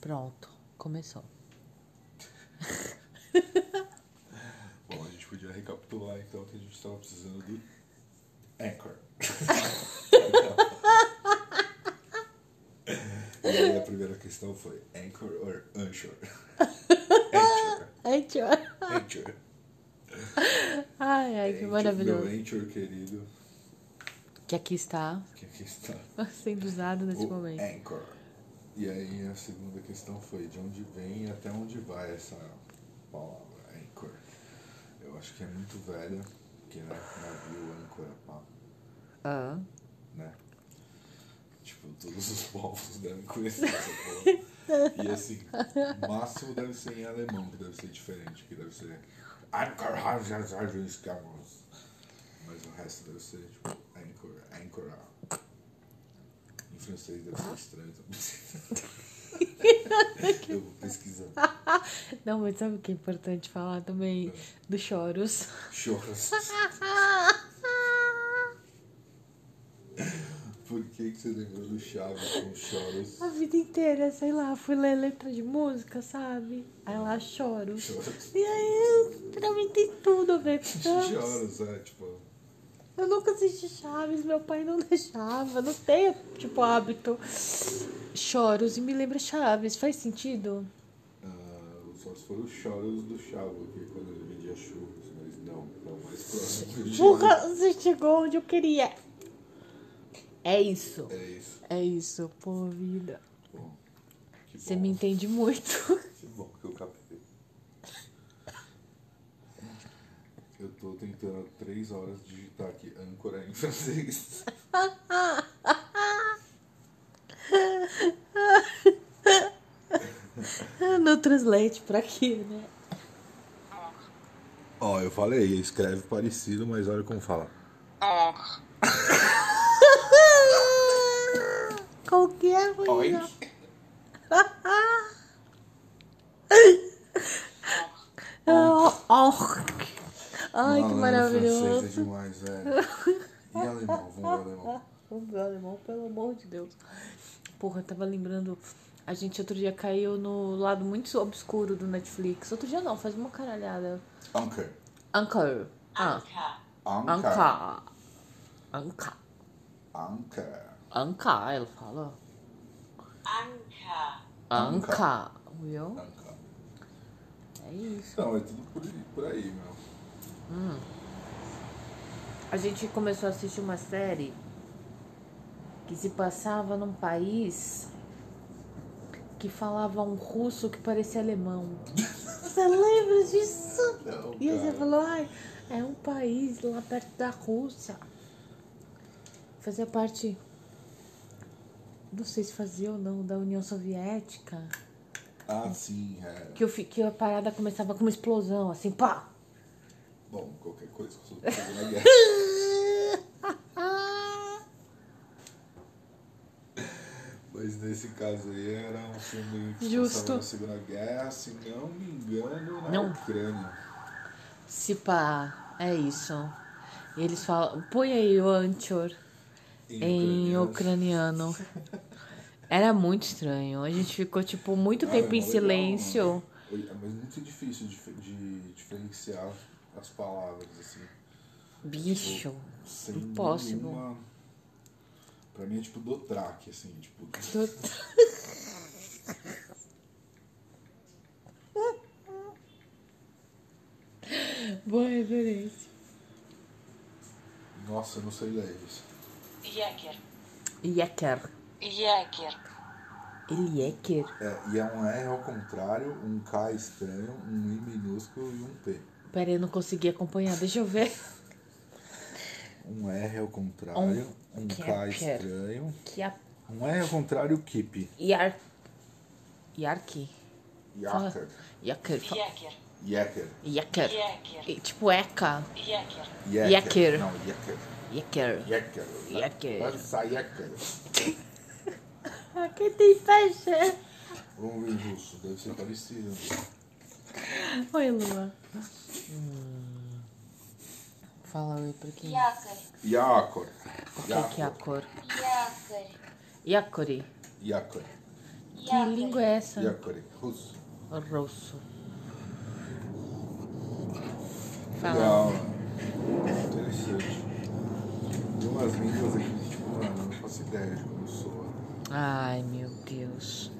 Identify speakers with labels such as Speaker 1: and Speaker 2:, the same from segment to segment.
Speaker 1: Pronto, começou.
Speaker 2: Bom, a gente podia recapitular então que a gente estava precisando do Anchor. e aí a primeira questão foi Anchor or Anchor? Anchor. Anchor.
Speaker 1: Ai, ai, que
Speaker 2: Anchor,
Speaker 1: maravilhoso.
Speaker 2: Meu Anchor querido,
Speaker 1: Que aqui está
Speaker 2: que aqui está.
Speaker 1: sendo usado nesse
Speaker 2: o é.
Speaker 1: momento.
Speaker 2: Anchor. E aí a segunda questão foi de onde vem e até onde vai essa palavra, Anchor. Eu acho que é muito velha, porque né, navio, Anchor é pá,
Speaker 1: Ah.
Speaker 2: né? Tipo, todos os povos devem conhecer essa porra. E assim, o máximo deve ser em alemão, que deve ser diferente, que deve ser Anchor Hansarjunskamos. Mas o resto deve ser tipo Anchor, Anchor. Em francês deve ser estranho também. Eu vou pesquisando.
Speaker 1: Não, mas sabe o que é importante falar também? Do choros.
Speaker 2: Choras. Por que, que você lembrou do Chaves com choros?
Speaker 1: A vida inteira, sei lá, fui ler letra de música, sabe? Aí lá choro.
Speaker 2: Choros.
Speaker 1: E aí, pra mim tem tudo a ver com Chaves.
Speaker 2: Choros, é, tipo.
Speaker 1: Eu nunca assisti Chaves, meu pai não deixava. Não tenho, tipo, hábito. Choros e me lembra Chaves. Faz sentido?
Speaker 2: Ah, só se foram os choros do Chavo aqui quando ele vendia churros, mas não, é o mais próximo de
Speaker 1: Porra, você chegou onde eu queria. É isso.
Speaker 2: É isso.
Speaker 1: É isso, pô, vida.
Speaker 2: Bom, que
Speaker 1: Você
Speaker 2: bom.
Speaker 1: me entende muito.
Speaker 2: Que bom que eu captei. Eu tô tentando há três horas digitar aqui âncora em francês.
Speaker 1: no translate pra quê, né?
Speaker 2: Ó, eu falei, escreve parecido, mas olha como fala.
Speaker 1: Qual que é, menina? Ah, orc. Ai, que
Speaker 2: Francês é
Speaker 1: maravilhoso.
Speaker 2: demais, velho. E alemão, vamos ver alemão.
Speaker 1: O meu alemão, pelo amor de Deus. Porra, eu tava lembrando. A gente outro dia caiu no lado muito obscuro do Netflix. Outro dia não, faz uma caralhada.
Speaker 2: Anker.
Speaker 1: Anchor. Ah,
Speaker 2: Anker.
Speaker 1: Anca. Anca.
Speaker 2: Anker.
Speaker 1: Anca, ela fala.
Speaker 2: Anca.
Speaker 1: Anca. Viu?
Speaker 2: Anker.
Speaker 1: É isso.
Speaker 2: Não, é tudo por aí, por aí meu.
Speaker 1: A gente começou a assistir uma série que se passava num país que falava um russo que parecia alemão. Você lembra disso?
Speaker 2: Não,
Speaker 1: E aí você
Speaker 2: cara.
Speaker 1: falou, ai, é um país lá perto da Rússia. Fazia parte, não sei se fazia ou não, da União Soviética.
Speaker 2: Ah, sim, é.
Speaker 1: Que, eu, fi- que a parada começava com uma explosão, assim, pá!
Speaker 2: Bom, qualquer coisa que eu sou na guerra. Mas nesse caso aí era um filme que
Speaker 1: Justo.
Speaker 2: passava na Segunda Guerra, se não me engano, na
Speaker 1: Não.
Speaker 2: Ucrânia.
Speaker 1: Se pá, é isso. E eles falam, põe aí o Anchor em ucraniano. Era muito estranho. A gente ficou, tipo, muito
Speaker 2: Ah,
Speaker 1: tempo
Speaker 2: é
Speaker 1: em
Speaker 2: legal,
Speaker 1: silêncio.
Speaker 2: né? É muito difícil de, de diferenciar as palavras, assim.
Speaker 1: Bicho,
Speaker 2: Sem
Speaker 1: impossível.
Speaker 2: nenhuma... Pra mim é tipo do track, assim, tipo...
Speaker 1: Boa referência.
Speaker 2: Nossa, eu não sei ler isso.
Speaker 3: Якер.
Speaker 1: Yeker.
Speaker 3: Якер.
Speaker 1: é Ele é quer.
Speaker 2: É, e é um R ao contrário, um K estranho, um I minúsculo e um P.
Speaker 1: Pera, eu não consegui acompanhar. Deixa eu ver.
Speaker 2: Um R ao contrário, um,
Speaker 1: que
Speaker 2: K
Speaker 1: é quer.
Speaker 2: estranho.
Speaker 1: Que a
Speaker 2: Um R ao contrário, keep.
Speaker 1: Yar... Yarki.
Speaker 2: Yaker.
Speaker 1: Yaker. fa-
Speaker 3: Якер.
Speaker 2: Yaker.
Speaker 1: Yaker.
Speaker 3: Якер.
Speaker 1: E, Tipo Eka.
Speaker 3: Якер.
Speaker 1: Yaker.
Speaker 2: Não, Yaker.
Speaker 1: Yaker.
Speaker 2: Yaker.
Speaker 1: Yaker.
Speaker 2: Lança Yaker.
Speaker 1: Aqui tem fecha.
Speaker 2: Vamos ver em Um russo, deve ser parecido.
Speaker 1: Oi, Lua. Hum. Fala oi pra quem.
Speaker 3: Якорь.
Speaker 2: Yakor.
Speaker 1: O que, que é a cor?
Speaker 3: Якорь.
Speaker 1: Yakori.
Speaker 2: Yakor.
Speaker 1: Que língua é essa?
Speaker 2: Yakari, russo.
Speaker 1: Russo. Fala.
Speaker 2: Legal, né? Interessante. Tem umas línguas aqui que, tipo, mano, eu não faço ideia de como soa.
Speaker 1: Ai, meu Deus.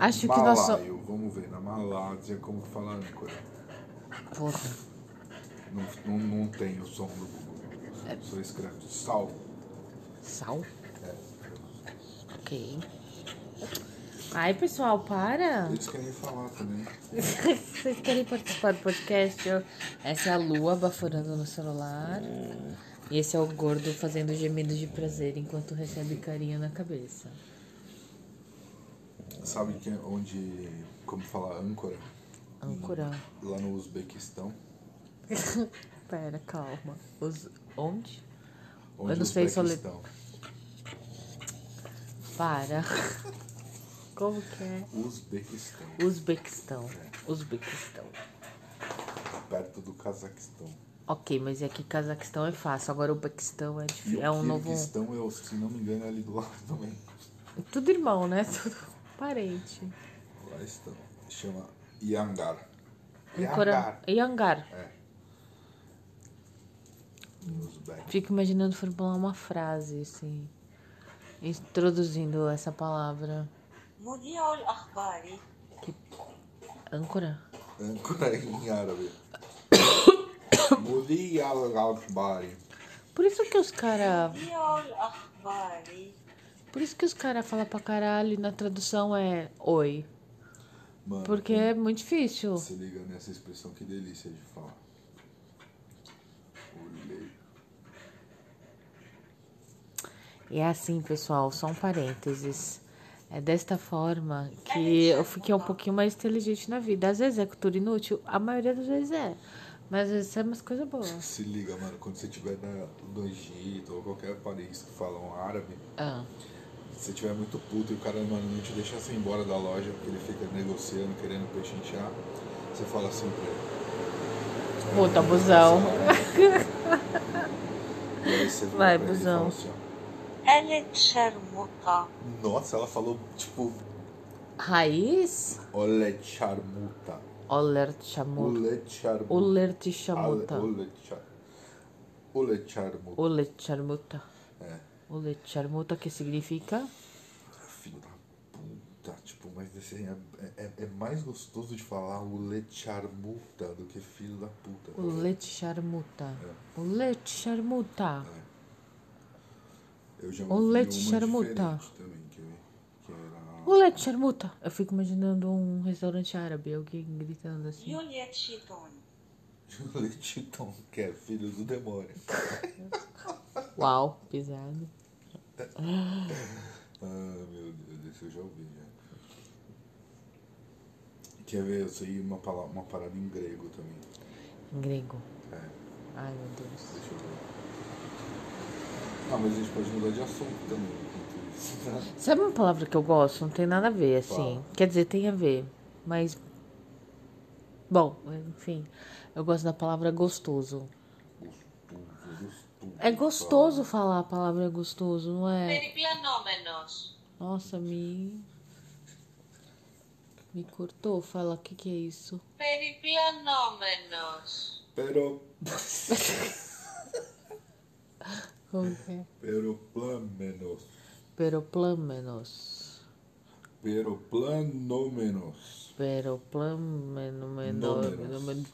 Speaker 1: Acho Tipo que nós. so-
Speaker 2: Malaio, vamos ver, na Malásia, como que fala âncora?
Speaker 1: Porra.
Speaker 2: Não, não, não tem o som do
Speaker 1: É.
Speaker 2: Google. Só escreve sal.
Speaker 1: Sal?
Speaker 2: É.
Speaker 1: Ok. Ai, pessoal, para.
Speaker 2: Eles querem falar também.
Speaker 1: Vocês querem participar do podcast? Eu- Essa é a lua baforando no celular. E esse é o gordo fazendo gemidos de prazer enquanto recebe carinho na cabeça.
Speaker 2: Sabe que, é onde, como fala âncora?
Speaker 1: Âncora.
Speaker 2: Lá no Uzbequistão.
Speaker 1: Pera, calma. Os... Onde?
Speaker 2: Onde
Speaker 1: não sei se eu le-
Speaker 2: Uzbequistão.
Speaker 1: Para. Como que é?
Speaker 2: Uzbequistão,
Speaker 1: Uzbequistão. Uzbequistão.
Speaker 2: perto do Cazaquistão.
Speaker 1: Ok, mas é que Cazaquistão é fácil. Agora o Uzbequistão é
Speaker 2: E
Speaker 1: difícil. É um
Speaker 2: o
Speaker 1: novo.
Speaker 2: Kirguistão, eu, se não me engano, é ali do lado também.
Speaker 1: Tudo irmão, né? Tudo parente.
Speaker 2: Lá estão. Chama Yangar.
Speaker 1: Âncora. E hangar.
Speaker 2: É. Nos back.
Speaker 1: Fico imaginando formular uma frase, assim. Introduzindo essa palavra.
Speaker 3: مذيع الأخبار
Speaker 1: Âncora?
Speaker 2: Âncora em árabe. Muli al-Akbari.
Speaker 1: Por isso que os cara.
Speaker 3: مذيع الأخبار
Speaker 1: Por isso que os cara falam pra caralho e na tradução é oi.
Speaker 2: Mano,
Speaker 1: Porque é muito difícil.
Speaker 2: se liga nessa expressão, que delícia de falar. Olhei.
Speaker 1: E é assim, pessoal, só um parênteses. É desta forma que eu fiquei um pouquinho mais inteligente na vida. Às vezes é cultura inútil, a maioria das vezes é. Mas às vezes é umas coisas boas.
Speaker 2: Se liga, mano, quando você estiver na- no Egito ou qualquer país que falam árabe,
Speaker 1: Ah,
Speaker 2: se você estiver muito puto e o cara, mano, não te deixa você ir embora da loja porque ele fica negociando, querendo pechinchar, você fala assim pra ele.
Speaker 1: puta, abusão.
Speaker 2: E aí você vira
Speaker 1: Vai,
Speaker 2: pra ele e
Speaker 1: busão.
Speaker 2: fala assim, ó,
Speaker 3: ألد شرموطة
Speaker 2: Nossa, ela falou tipo,
Speaker 1: Raiz?
Speaker 2: ole charmuta.
Speaker 1: Olert chamou.
Speaker 2: Ole
Speaker 1: Olert
Speaker 2: charmuta.
Speaker 1: chamuta.
Speaker 2: Ole char. Ole charmuta.
Speaker 1: Olert chamuta.
Speaker 2: É.
Speaker 1: Olert chamuta, que significa?
Speaker 2: Filho da puta. Tipo, mas assim, é, é, é mais gostoso de falar ole charmuta do que filho da puta.
Speaker 1: Olert chamuta.
Speaker 2: É.
Speaker 1: Olert chamuta.
Speaker 2: Eu já
Speaker 1: Ole
Speaker 2: ouvi uma
Speaker 1: charmuta.
Speaker 2: diferente também, que, eu- que era...
Speaker 1: Olert chamuta. Eu fico imaginando um restaurante árabe, alguém gritando assim.
Speaker 3: يوليت شيطان
Speaker 2: Ole Titon, que é filho do demônio.
Speaker 1: Uau, pesado.
Speaker 2: Ah, meu Deus, esse eu já ouvi já. Quer ver? Eu sei uma, pala- uma parada em grego também.
Speaker 1: Em grego.
Speaker 2: É,
Speaker 1: Ai, meu Deus.
Speaker 2: deixa eu ver. Ah, mas a gente pode mudar de assunto também. enquanto isso.
Speaker 1: Sabe uma palavra que eu gosto? Não tem nada a ver, assim.
Speaker 2: Fala.
Speaker 1: Quer dizer, tem a ver, mas. Bom, enfim. Eu gosto da palavra gostoso.
Speaker 2: Gostoso, gostoso.
Speaker 1: É gostoso falar a palavra gostoso, não é?
Speaker 3: بريبيانومينوس
Speaker 1: Nossa, me. Me cortou. Fala, o que, que é isso?
Speaker 3: بريبيانومينوس
Speaker 2: Pero,
Speaker 1: Como que é?
Speaker 2: peroplamenos.
Speaker 1: Peroplâmenos.
Speaker 2: Peroplanômenos.
Speaker 1: Peroplâmenos.
Speaker 2: Números.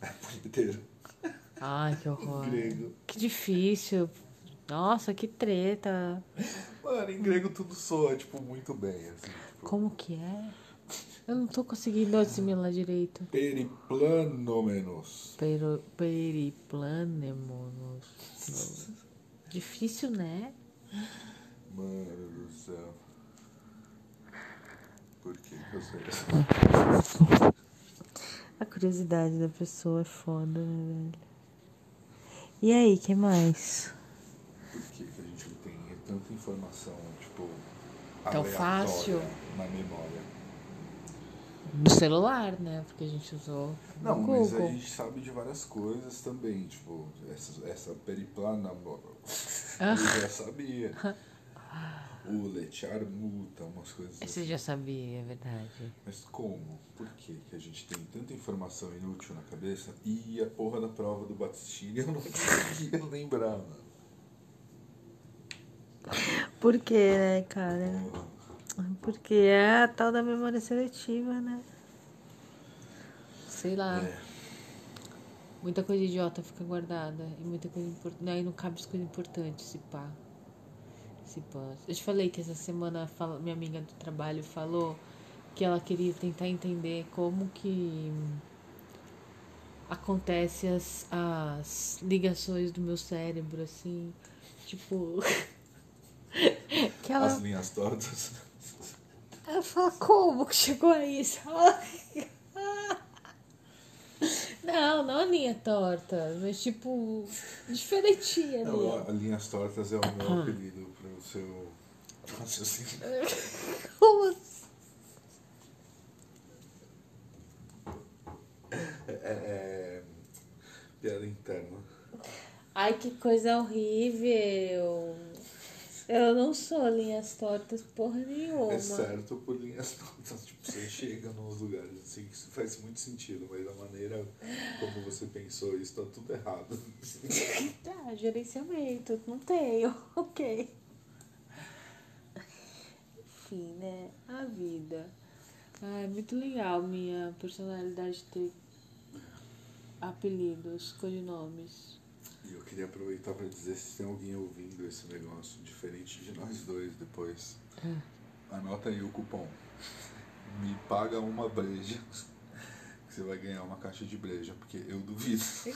Speaker 2: É punheteiro.
Speaker 1: Ai, que horror.
Speaker 2: Grego.
Speaker 1: Que difícil. Nossa, que treta.
Speaker 2: Mano, em grego tudo soa, tipo, muito bem, assim. Tipo,
Speaker 1: Como que é? Eu não tô conseguindo assimilar direito.
Speaker 2: periplanomenos.
Speaker 1: Pero, periplanemonos. Difícil, né?
Speaker 2: Mano do céu. Por que que eu sei isso?
Speaker 1: A curiosidade da pessoa é foda, né, velho? E aí, que mais?
Speaker 2: Por que que a gente não tem tanta informação, tipo,
Speaker 1: Tão
Speaker 2: aleatória
Speaker 1: fácil.
Speaker 2: na memória?
Speaker 1: Do celular, né? Porque a gente usou
Speaker 2: Não,
Speaker 1: o
Speaker 2: mas a
Speaker 1: Google.
Speaker 2: gente sabe de várias coisas também, tipo,
Speaker 4: Ah.
Speaker 2: essa, essa periplana... Eu já sabia. O Lecharmuta, umas coisas
Speaker 1: Você
Speaker 2: assim.
Speaker 1: já sabia, é verdade.
Speaker 2: Mas como? Por que que a gente tem tanta informação inútil na cabeça e a porra da prova do Batistini eu não conseguia lembrar, mano?
Speaker 4: Por quê, né, cara?
Speaker 2: Porra.
Speaker 4: Porque é a tal da memória seletiva, né?
Speaker 1: Sei lá.
Speaker 2: É.
Speaker 1: Muita coisa idiota fica guardada. E muita coisa importante. Aí não cabe as coisas importantes, se pá. Se pá. Eu te falei que essa semana fala- minha amiga do trabalho falou que ela queria tentar entender como que acontece as, as ligações do meu cérebro, assim. Tipo. que ela.
Speaker 2: As linhas tortas.
Speaker 1: Ela fala, como que chegou a isso? não, não a linha torta, mas tipo, diferentinha ali.
Speaker 2: Não,
Speaker 1: ó.
Speaker 2: a- a linhas tortas é o
Speaker 4: Ah.
Speaker 2: meu apelido pro seu raciocínio.
Speaker 1: Como assim?
Speaker 2: É, é, é, Piada interna.
Speaker 1: Ai, que coisa horrível. Eu não sou linhas tortas porra nenhuma.
Speaker 2: É certo por linhas tortas. Tipo, você chega nos lugares assim, que isso faz muito sentido, mas a maneira como você pensou isso tá tudo errado.
Speaker 1: Ah, gerenciamento, não tenho. Ok. Enfim, né? A vida. Ah, é muito legal minha personalidade ter apelidos, codinomes.
Speaker 2: E eu queria aproveitar pra dizer se tem alguém ouvindo esse negócio diferente de nós dois depois. Anota aí o cupom. Me paga uma breja. Que você vai ganhar uma caixa de breja, porque eu é duvido. que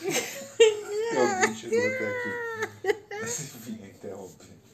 Speaker 2: alguém chegou até aqui. Mas enfim, interrompe.